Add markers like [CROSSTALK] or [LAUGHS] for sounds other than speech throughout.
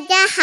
好，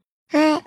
哎，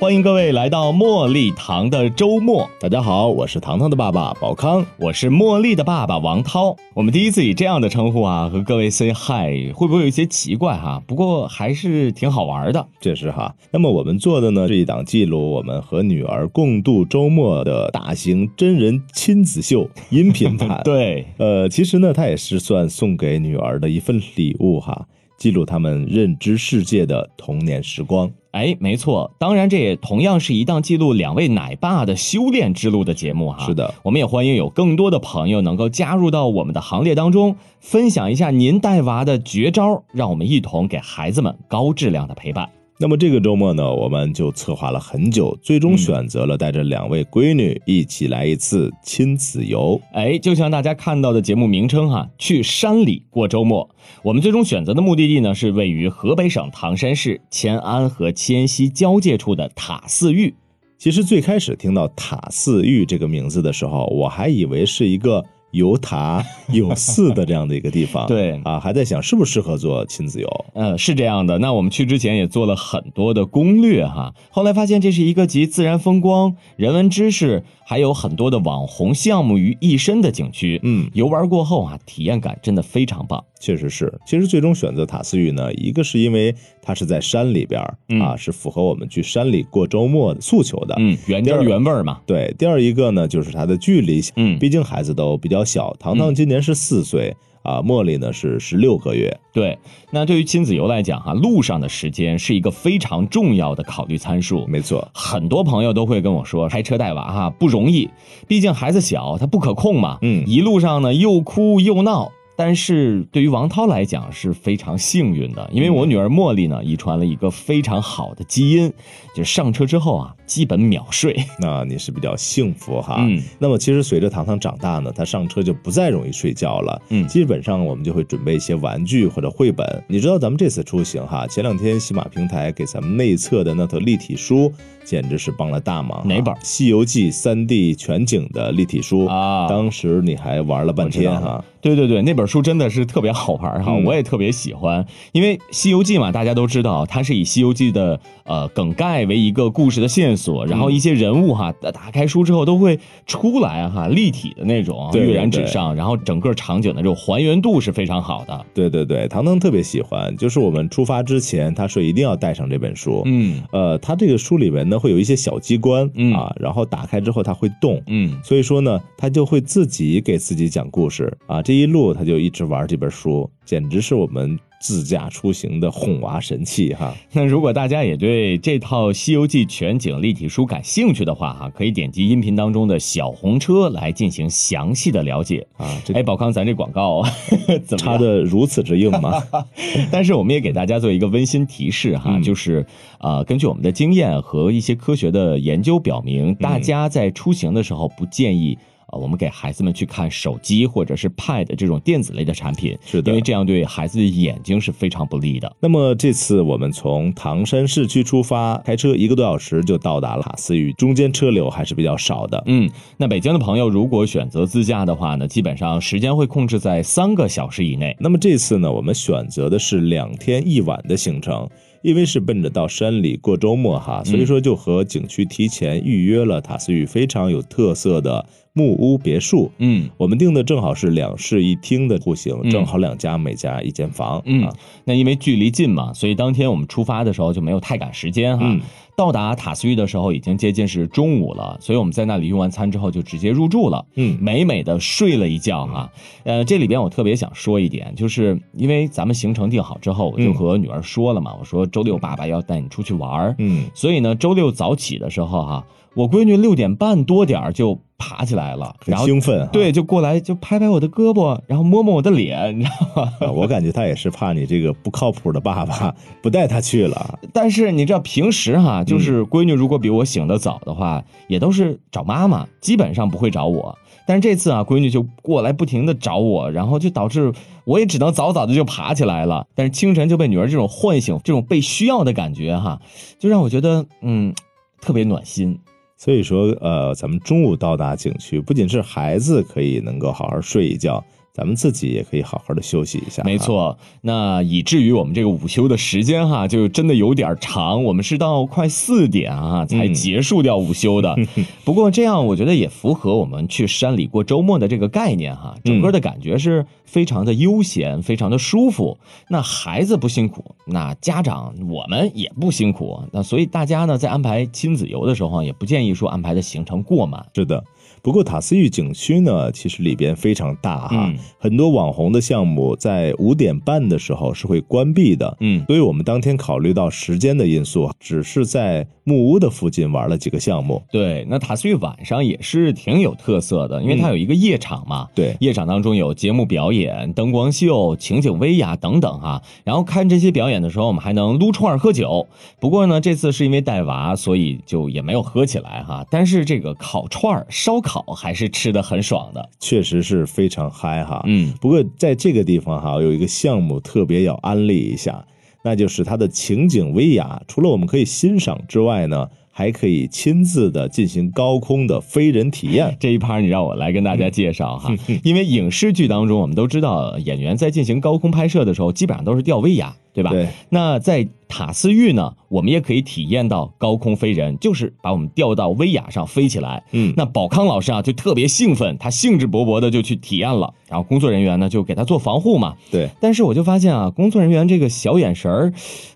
欢迎各位来到茉莉糖的周末。大家好，我是糖糖的爸爸宝康，我是茉莉的爸爸王涛。我们第一次以这样的称呼啊，和各位 say hi，会不会有一些奇怪哈、不过还是挺好玩的，这是哈。那么我们做的呢是一档记录我们和女儿共度周末的大型真人亲子秀音频版。 [LAUGHS] 对，呃，其实呢，它也是算送给女儿的一份礼物哈，记录他们认知世界的童年时光。哎，没错，当然这也同样是一档记录两位奶爸的修炼之路的节目哈。是，的，我们也欢迎有更多的朋友能够加入到我们的行列当中，分享一下您带娃的绝招，让我们一同给孩子们高质量的陪伴。那么这个周末呢，我们就策划了很久，最终嗯选择了带着两位闺女一起来一次亲子游。哎，就像大家看到的节目名称哈、去山里过周末。我们最终选择的目的地呢，是位于河北省唐山市迁安和迁西交界处的塔寺峪。其实最开始听到塔寺峪这个名字的时候，我还以为是一个有塔有寺的这样的一个地 [LAUGHS] 方。对啊，还在想适不适合做亲子游。呃，是这样的。那我们去之前也做了很多的攻略哈，后来发现这是一个集自然风光、人文知识，还有很多的网红项目于一身的景区。嗯，游玩过后啊，体验感真的非常棒。确实是。其实最终选择塔寺峪呢，一个是因为它是在山里边儿、嗯啊，是符合我们去山里过周末的诉求的。嗯，原汁第二儿原味儿嘛。对，第二一个呢，就是它的距离性，嗯毕竟孩子都比较小，糖糖今年是四岁。啊，茉莉呢是十六个月，对，那对于亲子游来讲哈、路上的时间是一个非常重要的考虑参数。没错，很多朋友都会跟我说，开车带娃哈、不容易，毕竟孩子小，他不可控嘛。嗯一路上呢又哭又闹。但是对于王涛来讲是非常幸运的，因为我女儿茉莉呢遗传了一个非常好的基因，就是上车之后啊，基本秒睡。那你是比较幸福哈。嗯那么其实随着糖糖长大呢，他上车就不再容易睡觉了。嗯基本上我们就会准备一些玩具或者绘本。你知道咱们这次出行哈，前两天喜马平台给咱们内测的那套立体书，简直是帮了大忙啊。哪本《西游记》三 D 全景的立体书啊当时你还玩了半天我知道哈。对对对，那本书真的是特别好玩哈、嗯我也特别喜欢，因为《西游记》嘛，大家都知道，它是以《西游记的》呃梗概为一个故事的线索，然后一些人物哈，打打开书之后都会出来哈，立体的那种，对对跃然对纸上，然后整个场景的这种还原度是非常好的。对对对，糖糖特别喜欢，就是我们出发之前，他说一定要带上这本书。嗯呃，它这个书里面呢会有一些小机关、嗯啊，然后打开之后它会动，嗯，所以说呢，他就会自己给自己讲故事啊。这一路他就一直玩这本书，简直是我们自驾出行的哄娃神器哈。那如果大家也对这套《西游记》全景立体书感兴趣的话哈，可以点击音频当中的小红车来进行详细的了解。啊，这哎，宝康，咱这广告 [LAUGHS] 怎么样插的如此之硬吗？ [LAUGHS] 但是我们也给大家做一个温馨提示哈，嗯就是呃，根据我们的经验和一些科学的研究表嗯明，大家在出行的时候不建议。呃，我们给孩子们去看手机或者是 Pad 这种电子类的产品，是的因为这样对孩子的眼睛是非常不利的。 [LAUGHS] 那么这次我们从唐山市区出发，开车一个多小时就到达了塔斯峪，中间车流还是比较少的。嗯，那北京的朋友如果选择自驾的话呢，基本上时间会控制在三个小时以内。那么这次呢，我们选择的是两天一晚的行程，因为是奔着到山里过周末嗯哈，所以说就和景区提前预约了塔斯峪非常有特色的木屋别墅。嗯，我们订的正好是两室一厅的户型，嗯正好两家每家一间房。嗯啊，那因为距离近嘛，所以当天我们出发的时候就没有太赶时间哈。嗯到达塔斯峪的时候已经接近是中午了，所以我们在那里用完餐之后就直接入住了。嗯，美美的睡了一觉哈、呃，这里边我特别想说一点，就是因为咱们行程定好之后，我就嗯和女儿说了嘛，我说周六爸爸要带你出去玩儿，嗯所以呢，周六早起的时候哈、我闺女六点半多点儿就爬起来了，很然后兴奋、啊。对，就过来就拍拍我的胳膊，然后摸摸我的脸，你 [LAUGHS] 知道吗？ [LAUGHS] 啊，我感觉他也是怕你这个不靠谱的爸爸不带他去了。啊但是你知道平时哈，就是闺女如果比我醒得早的话，也都是找妈妈，基本上不会找我。但是这次啊，闺女就过来不停的找我，然后就导致我也只能早早的就爬起来了。但是清晨就被女儿这种唤醒，这种被需要的感觉哈，就让我觉得嗯特别暖心。所以说，呃，咱们中午到达景区，不仅是孩子可以能够好好睡一觉，咱们自己也可以好好的休息一下。没，错，那以至于我们这个午休的时间哈，就真的有点长，我们是到快四点啊才嗯结束掉午休 [LAUGHS] 的。不过这样我觉得也符合我们去山里过周末的这个概念哈，嗯整个的感觉是非常的悠闲，非常的舒服。那孩子不辛苦，那家长我们也不辛苦，那所以大家呢在安排亲子游的时候啊，也不建议说安排的行程过满。是的。不过塔斯玉景区呢，其实里边非常大哈，嗯很多网红的项目在五点半的时候是会关闭的。嗯，所以我们当天考虑到时间的因素，只是在木屋的附近玩了几个项目。对，那塔斯玉晚上也是挺有特色的，因为它嗯有一个夜场嘛。对，夜场当中有节目表演、灯光秀、情景威亚等等哈、然后看这些表演的时候，我们还能撸串儿喝酒。不过呢，这次是因为带娃，所以就也没有喝起来哈、但是这个烤串儿、烧烤还是吃的很爽的。确实是非常嗨哈。嗯，不过在这个地方哈，有一个项目特别要安利一下，那就是它的情景威亚。除了我们可以欣赏之外呢，还可以亲自的进行高空的飞人体验。这一趴你让我来跟大家介绍哈，因为影视剧当中我们都知道，演员在进行高空拍摄的时候，基本上都是吊威亚，对吧？对，那在塔斯玉呢，我们也可以体验到高空飞人，就是把我们吊到威亚上飞起来。嗯，那宝康老师啊就特别兴奋，他兴致勃勃的就去体验了，然后工作人员呢就给他做防护嘛。对，但是我就发现啊，工作人员这个小眼神儿，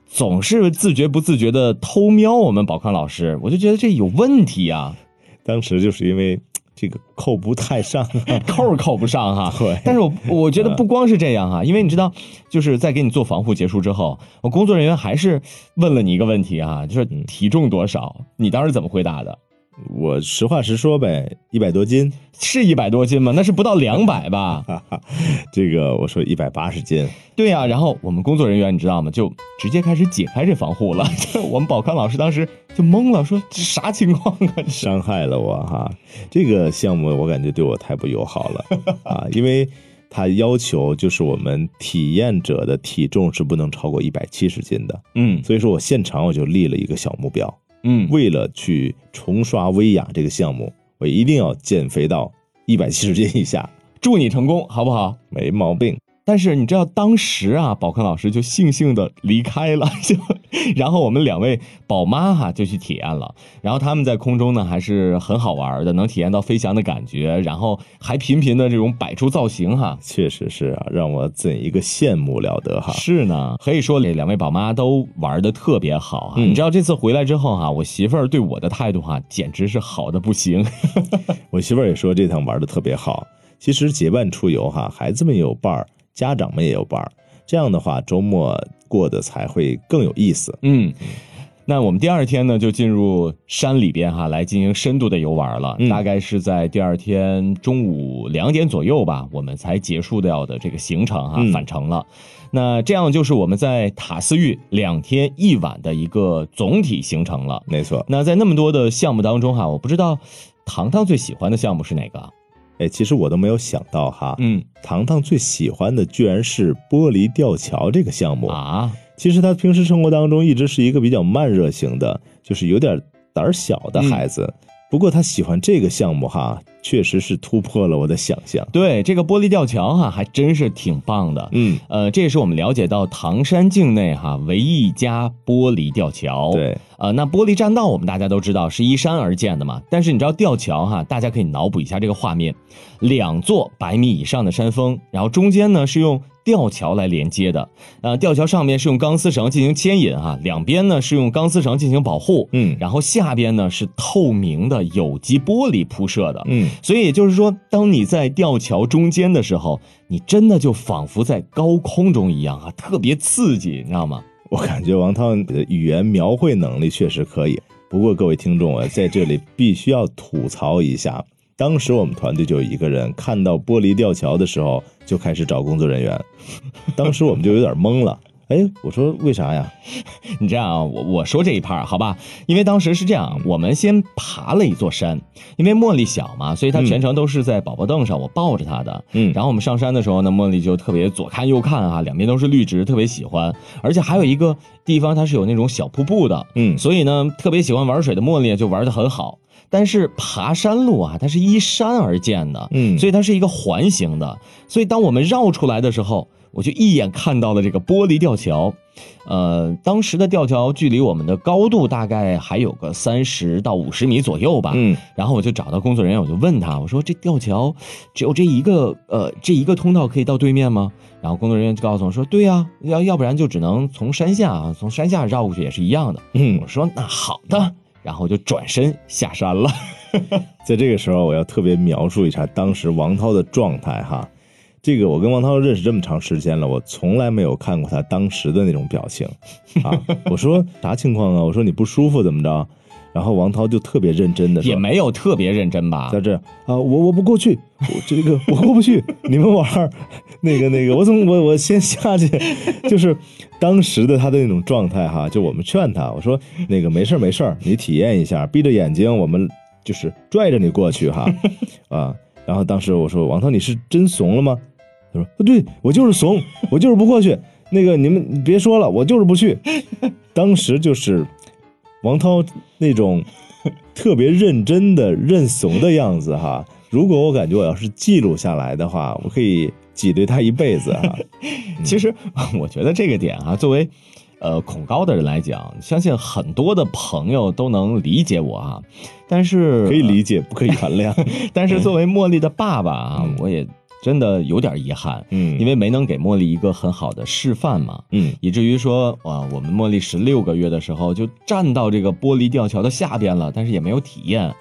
总是自觉不自觉的偷瞄我们宝康老师，我就觉得这有问题啊，当时就是因为这个扣不太上、啊，扣儿扣不上哈、对 [LAUGHS] 但是我我觉得不光是这样哈、因为你知道，就是在给你做防护结束之后，我工作人员还是问了你一个问题哈、就是体重多少，你当时怎么回答的？ [LAUGHS] 我实话实说呗，一百多斤，是一百多斤吗？那是不到两百吧？这个我说一百八十斤，对呀、然后我们工作人员你知道吗？就直接开始解开这防护了。 [LAUGHS] 就我们宝康老师当时就懵了，说这啥情况啊？这是伤害了我哈。这个项目我感觉对我太不友好了啊，因为它要求就是我们体验者的体重是不能超过一百七十斤的，嗯所以说我现场我就立了一个小目标，嗯，为了去重刷威亚这个项目，我一定要减肥到一百七十斤以下，祝你成功，好不好？没毛病。但是你知道当时啊，宝康老师就悻悻的离开了， [LAUGHS] 就然后我们两位宝妈哈、就去体验了，然后他们在空中呢还是很好玩的，能体验到飞翔的感觉，然后还频频的这种摆出造型哈、确实是啊，让我怎一个羡慕了得哈！是呢，可以说这两位宝妈都玩的特别好啊。嗯你知道这次回来之后哈、我媳妇儿对我的态度哈、简直是好的不行。我媳妇儿也说这趟玩的特别好。其实结伴出游哈，孩子们也有伴儿，家长们也有伴儿，这样的话周末过得才会更有意思。嗯。那我们第二天呢，就进入山里边哈，来进行深度的游玩了。嗯大概是在第二天中午两点左右吧，我们才结束掉的这个行程哈，嗯返程了。那这样就是我们在塔斯玉两天一晚的一个总体行程了。没错，那在那么多的项目当中哈，我不知道糖糖最喜欢的项目是哪个啊？哎，其实我都没有想到哈，嗯糖糖最喜欢的居然是玻璃吊桥这个项目。啊，其实他平时生活当中一直是一个比较慢热型的，就是有点胆儿小嗯的孩子。不过他喜欢这个项目哈，确实是突破了我的想象。对这个玻璃吊桥哈、还真是挺棒的。嗯，呃，这也是我们了解到唐山境内哈、唯一一家玻璃吊桥。，对，呃，那玻璃栈道我们大家都知道是依山而建的嘛，但是你知道吊桥哈、大家可以脑补一下这个画面：两座百米以上的山峰，然后中间呢是用吊桥来连接的。呃，吊桥上面是用钢丝绳进行牵引哈、两边呢是用钢丝绳进行保护，嗯然后下边呢是透明的有机玻璃铺设的。嗯，所以也就是说，当你在吊桥中间的时候，你真的就仿佛在高空中一样啊，特别刺激，你知道吗？我感觉王涛的语言描绘能力确实可以。不过各位听众啊，在这里必须要吐槽一下，当时我们团队就有一个人看到玻璃吊桥的时候，就开始找工作人员， [LAUGHS] 当时我们就有点懵了。哎，我说为啥呀？你这样啊，我我说这一趴儿好吧？因为当时是这样，我们先爬了一座山，因为茉莉小嘛，所以她全程都是在宝宝凳上，我抱着她的。嗯然后我们上山的时候呢，茉莉就特别左看右看啊，两边都是绿植，特别喜欢。而且还有一个地方它是有那种小瀑布的，嗯所以呢，特别喜欢玩水的茉莉就玩得很好。但是爬山路啊，它是依山而建的，嗯所以它是一个环形的。所以当我们绕出来的时候，我就一眼看到了这个玻璃吊桥。呃，当时的吊桥距离我们的高度大概还有个三十到五十米左右吧。嗯然后我就找到工作人员，我就问他，我说这吊桥只有这一个呃这一个通道可以到对面吗？然后工作人员就告诉我说，对呀、要要不然就只能从山下啊，从山下绕过去也是一样的。嗯我，说那好的，然后我就转身下山了。在这个时候，我要特别描述一下当时王涛的状态哈。这个我跟王涛认识这么长时间了，我从来没有看过他当时的那种表情啊。我说啥情况啊？我说你不舒服怎么着？然后王涛就特别认真的说也，没有特别认真吧在？这儿啊，我我不过去，我这个我过不去，你们玩儿，那个那个，我从我我先下去， [LAUGHS] 就是当时的他的那种状态哈，就我们劝他，我说那个没事儿没事儿，你体验一下，闭着眼睛，我们就是拽着你过去哈，啊，然后当时我说王涛你是真怂了吗？他说啊对我就是怂，我就是不过去，那个你们你别说了，我就是不去， [LAUGHS] 当时就是王涛那种 [LAUGHS] 特别认真的认怂的样子哈。如果我感觉我要是记录下来的话，我可以挤兑他一辈子 [LAUGHS] 哈。其实 [LAUGHS] 我觉得这个点啊，作为呃恐高的人来讲，相信很多的朋友都能理解我啊。但是可以理解，不可以原 [LAUGHS] 谅。但是作为茉莉的爸爸啊，嗯我也真的有点遗憾，嗯因为没能给茉莉一个很好的示范嘛。嗯以至于说，啊，我们茉莉十六个月的时候就站到这个玻璃吊桥的下边了，但是也没有体验。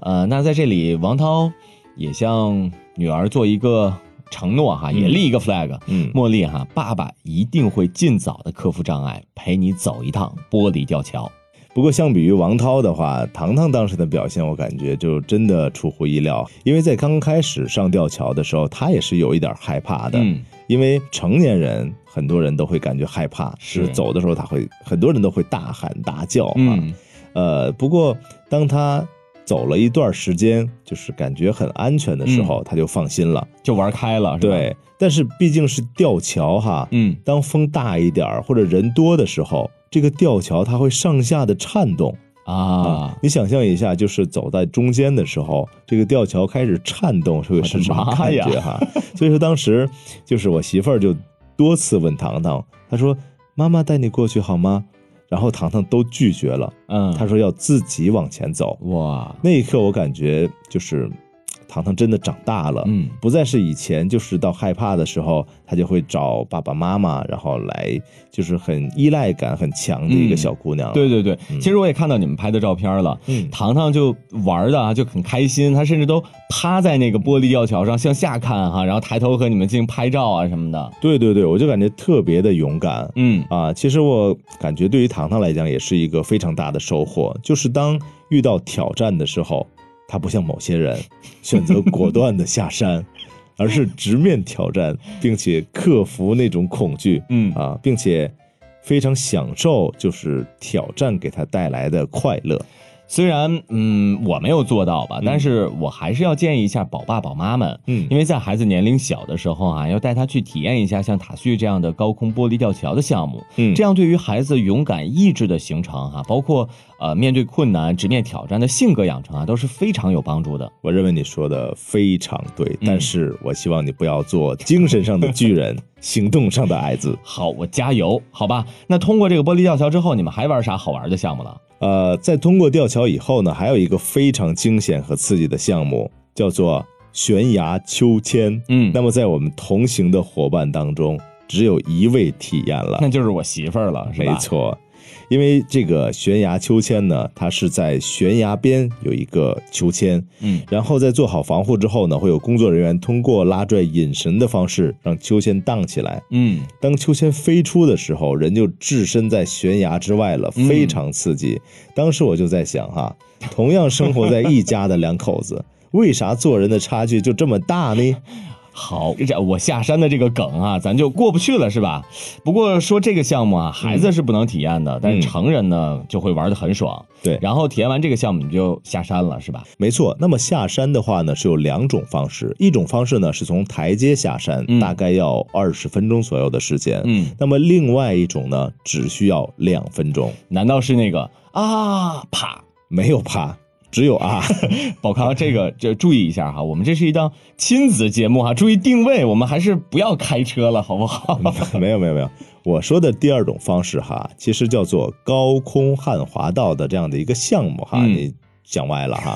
呃，那在这里，王涛也向女儿做一个承诺哈，也立一个 flag，、嗯，茉莉哈，爸爸一定会尽早的克服障碍，陪你走一趟玻璃吊桥。不过相比于王涛的话，糖糖当时的表现，我感觉就真的出乎意料，因为在刚开始上吊桥的时候，他也是有一点害怕的。嗯，因为成年人很多人都会感觉害怕，是就走的时候他会，很多人都会大喊大叫啊。嗯，呃，不过当他走了一段时间，就是感觉很安全的时候，嗯他就放心了。就玩开了，是吧？，对，但是毕竟是吊桥哈，嗯，当风大一点儿或者人多的时候，这个吊桥它会上下的颤动。啊，你想象一下，就是走在中间的时候，这个吊桥开始颤动，是会是什么感觉哈？哎 [LAUGHS] [LAUGHS] 所以说当时就是我媳妇儿就多次问糖糖，她说：“妈妈带你过去好吗？”然后糖糖都拒绝了，嗯，她说要自己往前走。哇，那一刻，我感觉就是糖糖真的长大了，嗯，不再是以前就是到害怕的时候，她就会找爸爸妈妈，然后来就是很依赖感很强的一个嗯小姑娘。对对对，其实我也看到你们拍的照片了。嗯糖糖就玩的啊，就很开心，他甚至都趴在那个玻璃吊桥上向下看哈、然后抬头和你们进行拍照啊什么的。对对对，我就感觉特别的勇敢。嗯啊，其实我感觉对于糖糖来讲也是一个非常大的收获，就是当遇到挑战的时候，他不像某 [LAUGHS] 些人选择果断的下山，而是直面挑战，并且克服那种恐惧嗯啊，并且非常享受就是挑战给他带来的快乐。虽然嗯我没有做到吧，嗯但是我还是要建议一下宝爸宝妈们，嗯因为在孩子年龄小的时候啊，要带他去体验一下像塔旭这样的高空玻璃吊桥的项目，嗯这样对于孩子勇敢意志的形成哈、包括呃面对困难、直面挑战的性格养成啊，都是非常有帮助的。我认为你说的非常对，但是我希望你不要做精神上的巨人，行动上的矮子。好，我加油，好吧？那通过这个玻璃吊桥之后，你们还玩啥好玩的项目了？呃，在通过吊桥以后呢，还有一个非常惊险和刺激的项目，叫做悬崖秋千。嗯那么在我们同行的伙伴当中，只有一位体验了，那就是我媳妇儿了，是吧？没，错，因为这个悬崖秋千呢，它是在悬崖边有一个秋千，嗯，然后在做好防护之后呢，会有工作人员通过拉拽引绳的方式让秋千荡起来。嗯，当秋千飞出的时候，人就置身在悬崖之外了，嗯非常刺激。当时我就在想哈，同样生活在一家的两口子，为啥做人的差距就这么大呢？好，这我下山的这个梗啊，咱就过不去了，是吧？不过说这个项目啊，孩子是不能体验的，但是成人呢就会玩的很爽。对然后体验完这个项目你就下山了，是吧？没错，那么下山的话呢，是有两种方式，一种方式呢是从台阶下山，嗯大概要二十分钟左右的时间。嗯，那么另外一种呢，只需要两分钟，难道是那个啊？啪！没有爬，只有 [LAUGHS] 啊。宝康，这个这注意一下哈，我们这是一档亲子节目哈，注意定位，我们还是不要开车了，好不好？没有没有没有，我说的第二种方式哈，其实叫做高空旱滑道的这样的一个项目哈，嗯你想歪 [LAUGHS] 了哈。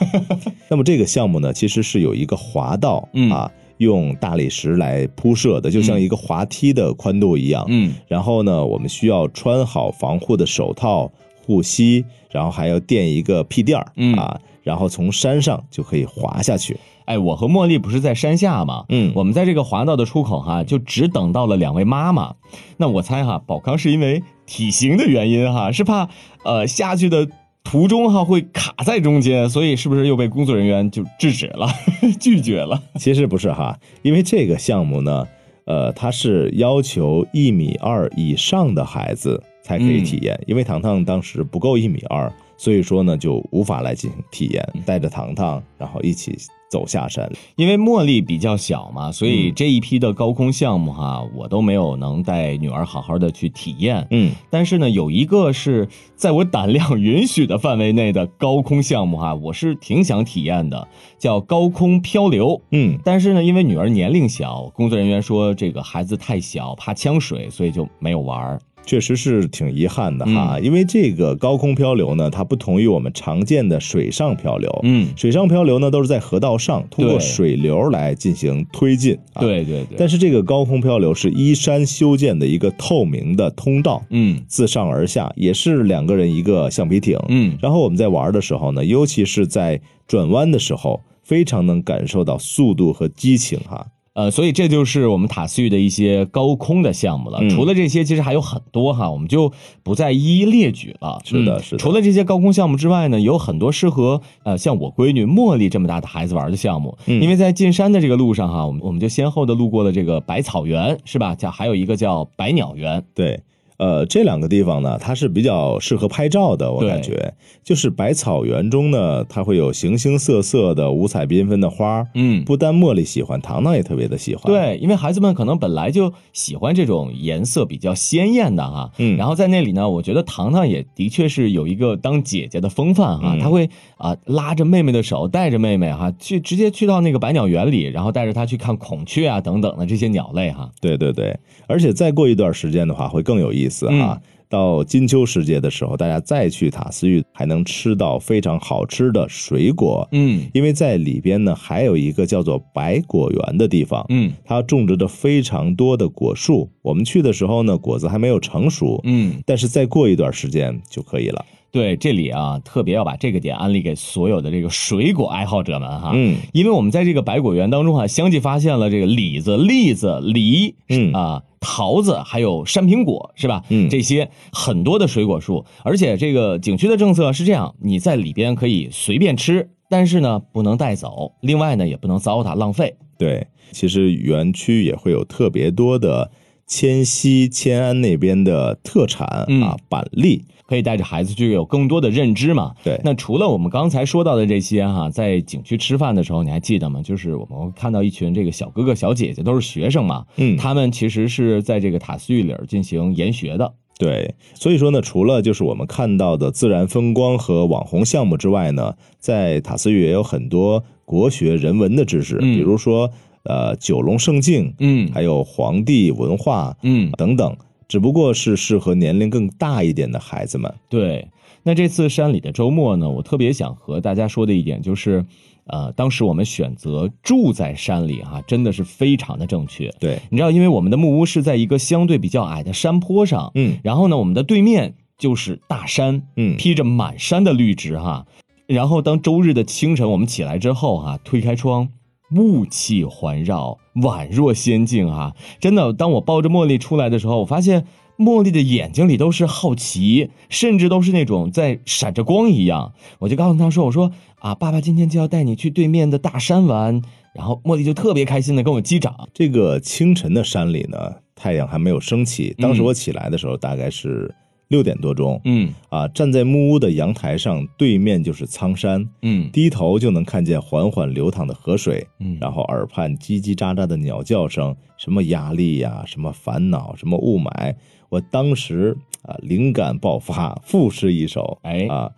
那么这个项目呢，其实是有一个滑道、嗯啊，用大理石来铺设的，就像一个滑梯的宽度一样。嗯然后呢，我们需要穿好防护的手套、护膝，然后还要垫一个屁垫儿、嗯啊，然后从山上就可以滑下去。 [LAUGHS] 哎，我和茉莉不是在山下吗？嗯我们在这个滑道的出口哈，就只等到了两位妈妈。那我猜哈，宝康是因为体型的原因哈，是怕呃下去的途中哈会卡在中间，所以是不是又被工作人员就制止了， [LAUGHS] 拒绝了？其实不是哈，因为这个项目呢，呃，它是要求一米二以上的孩子才可以体嗯验，因为糖糖当时不够一米二，所以说呢就无法来进行体验，嗯带着糖糖然后一起走下山。因为茉莉比较小嘛，所以嗯这一批的高空项目哈，我都没有能带女儿好好的去体验。嗯，但是呢，有一个是在我胆量允许的范围内的高空项目哈，我是挺想体验的，叫高空漂流。嗯，但是呢，因为女儿年龄小，工作人员说这个孩子太小，怕呛水，所以就没有玩儿。确实是挺遗憾的哈，嗯因为这个高空漂流呢，它不同于我们常见的水上漂流。嗯，水上漂流呢，都是在河道上通过对水流来进行推进啊。对对对，但是这个高空漂流是依山修建的一个透明的通道，嗯自上而下，也是两个人一个橡皮艇。嗯，然后我们在玩的时候呢，尤其是在转弯的时候，非常能感受到速度和激情哈。呃，所以这就是我们塔斯玉的一些高空的项目了。嗯除了这些，其实还有很多哈，我们就不再一一列举了。嗯是的是的除了这些高空项目之外呢，有很多适合呃像我闺女茉莉这么大的孩子玩的项目。嗯因为在进山的这个路上哈，我们我们就先后的路过了这个百草园，是吧？叫还有一个叫百鸟园。对，呃，这两个地方呢，它是比较适合拍照的，我对感觉。就是百草园中呢，它会有形形色色的、五彩缤纷的花。嗯，不单茉莉喜欢，糖糖也特别的喜欢。，对，因为孩子们可能本来就喜欢这种颜色比较鲜艳的哈，嗯然后在那里呢，我觉得糖糖也的确是有一个当姐姐的风范哈，嗯她会啊、拉着妹妹的手，带着妹妹哈去直接去到那个百鸟园里，然后带着她去看孔雀啊等等的这些鸟类哈，对对对，而且再过一段时间的话，会更有意思嗯啊。到金秋时节的时候，大家再去塔斯玉，还能吃到非常好吃的水果，嗯因为在里边呢还有一个叫做百果园的地方，嗯它种植着非常多的果树。我们去的时候呢，果子还没有成熟，嗯，但是再过一段时间就可以了。对，这里啊特别要把这个点安利给所有的这个水果爱好者们哈，嗯，因为我们在这个百果园当中啊，相继发现了这个李子、栗子、梨，嗯啊、桃子，还有山苹果，是吧？嗯这些很多的水果树，而且这个景区的政策是这样，你在里边可以随便吃，但是呢不能带走，另外呢也不能糟蹋浪费。对，其实园区也会有特别多的迁西、迁安那边的特产嗯啊，板栗。可以带着孩子去有更多的认知嘛？对那除了我们刚才说到的这些哈、在景区吃饭的时候，你还记得吗？就是我们会看到一群这个小哥哥小姐姐都是学生嘛，嗯，他们其实是在这个塔斯玉里儿进行研学的。对，所以说呢，除了就是我们看到的自然风光和网红项目之外呢，在塔斯玉也有很多国学人文的知识，嗯比如说呃九龙圣境，嗯还有皇帝文化嗯，等等，只不过是适合年龄更大一点的孩子们。对。那这次山里的周末呢，我特别想和大家说的一点就是，呃，当时我们选择住在山里哈、真的是非常的正确。对，你知道，因为我们的木屋是在一个相对比较矮的山坡上，嗯然后呢，我们的对面就是大山，嗯披着满山的绿植哈。然后当周日的清晨我们起来之后哈、推开窗，雾气环绕，宛若仙境哈、真的，当我抱着茉莉出来的时候，我发现茉莉的眼睛里都是好奇，甚至都是那种在闪着光一样。我就告诉她说：“我说啊，爸爸今天就要带你去对面的大山玩。”然后茉莉就特别开心的跟我击掌。这个清晨的山里呢，太阳还没有升起。当时我起来的时候大概是六点多钟，嗯啊，站在木屋的阳台上，对面就是苍山，嗯低头就能看见缓缓流淌的河水，嗯然后耳畔叽叽喳喳的鸟叫声，什么压力呀、什么烦恼，什么雾霾，我当时啊灵感爆发，赋诗一首，哎啊，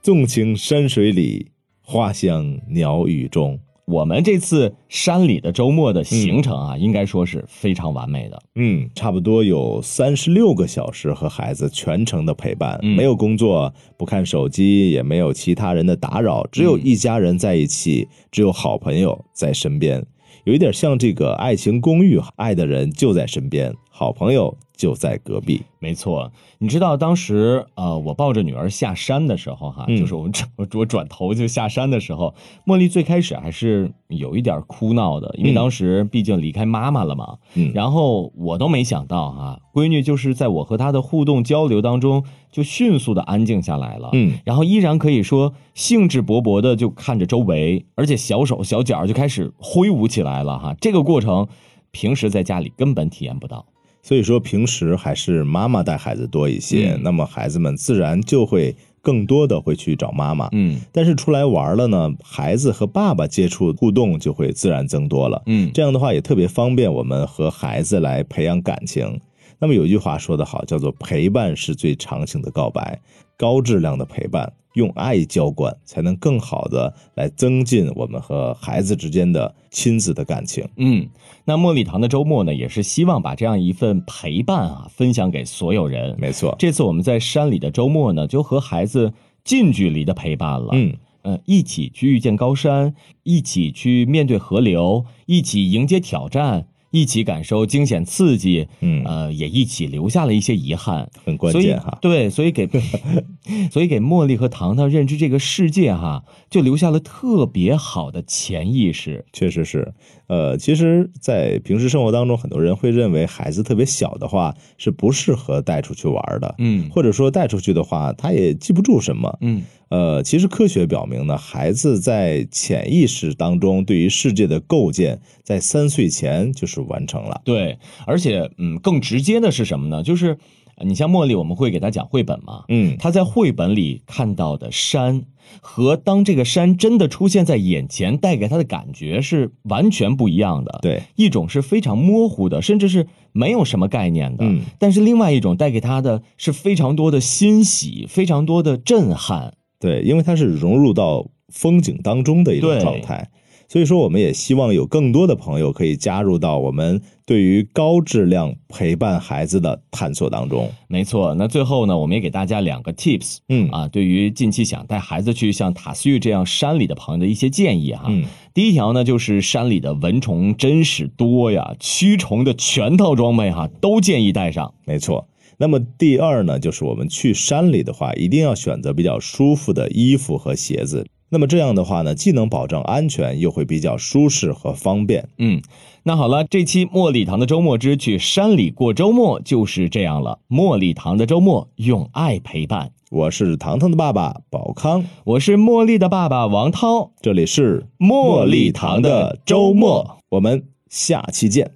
纵情山水里，花香鸟语中，我们这次山里的周末的行程啊，应该说是非常完美的。嗯，差不多有三十六个小时和孩子全程的陪伴，嗯没有工作，不看手机，也没有其他人的打扰，只有一家人在一起，只有好朋友在身边，有一点像这个《爱情公寓》，爱的人就在身边，好朋友就在隔壁。没错，你知道当时呃，我抱着女儿下山的时候哈，嗯就是我转 [LAUGHS] 我我转头就下山的时候，茉莉最开始还是有一点哭闹的，因为嗯当时毕竟离开妈妈了嘛。嗯，然后我都没想到哈、闺女就是在我和她的互动交流当中，就迅速的安静下来了。嗯，然后依然可以说兴致勃勃的就看着周围，而且小手小脚就开始挥舞起来了哈。这个过程，平时在家里根本体验不到。所以说平时还是妈妈带孩子多一些，嗯那么孩子们自然就会更多的会去找妈妈。嗯但是出来玩了呢，孩子和爸爸接触互动就会自然增多了。嗯，这样的话也特别方便我们和孩子来培养感情。那么有句话说得好，叫做“陪伴是最长情的告白”，高质量的陪伴，用爱浇灌，才能更好的来增进我们和孩子之间的亲子的感情。嗯，那茉莉堂的周末呢，也是希望把这样一份陪伴啊，分享给所有人。没错，这次我们在山里的周末呢，就和孩子近距离的陪伴了。嗯，呃，一起去遇见高山，一起去面对河流，一起迎接挑战，一起感受惊险刺激，嗯呃，也一起留下了一些遗憾。很关所以键哈。对，所 [LAUGHS] 以给，所以给茉莉和糖糖认知这个世界哈，就留下了特别好的潜意识。确实是，呃，其实，在平时生活当中，很多人会认为孩子特别小的话是不适合带出去玩的，嗯或者说带出去的话，他也记不住什么。嗯呃，其实科学表明呢，孩子在潜意识当中对于世界的构建，在三岁前就是完成了。对，而且嗯，更直接的是什么呢？就是呃你像茉莉，我们会给她讲绘本嘛，嗯，她在绘本里看到的山和当这个山真的出现在眼前带给她的感觉是完全不一样的。，对，一种是非常模糊的，甚至是没有什么概念的，嗯但是另外一种带给她的是非常多的欣喜，非常多的震撼。对，因为它是融入到风景当中的一种对状态。所以说，我们也希望有更多的朋友可以加入到我们对于高质量陪伴孩子的探索当中。没错，那最后呢，我们也给大家两个 tips 嗯啊，对于近期想带孩子去像塔斯玉这样山里的朋友的一些建议哈。嗯，第一条呢，就是山里的蚊虫真是多呀，驱虫的全套装备哈都建议带上。没错。那么第二呢，就是我们去山里的话，一定要选择比较舒服的衣服和鞋子。那么这样的话呢，既能保证安全，又会比较舒适和方便。嗯，那好了，这期茉莉堂的周末之去山里过周末就是这样了。茉莉堂的周末用爱陪伴，我是糖糖的爸爸宝康，我是茉莉的爸爸王涛。这里是茉莉堂的周末，我们下期见。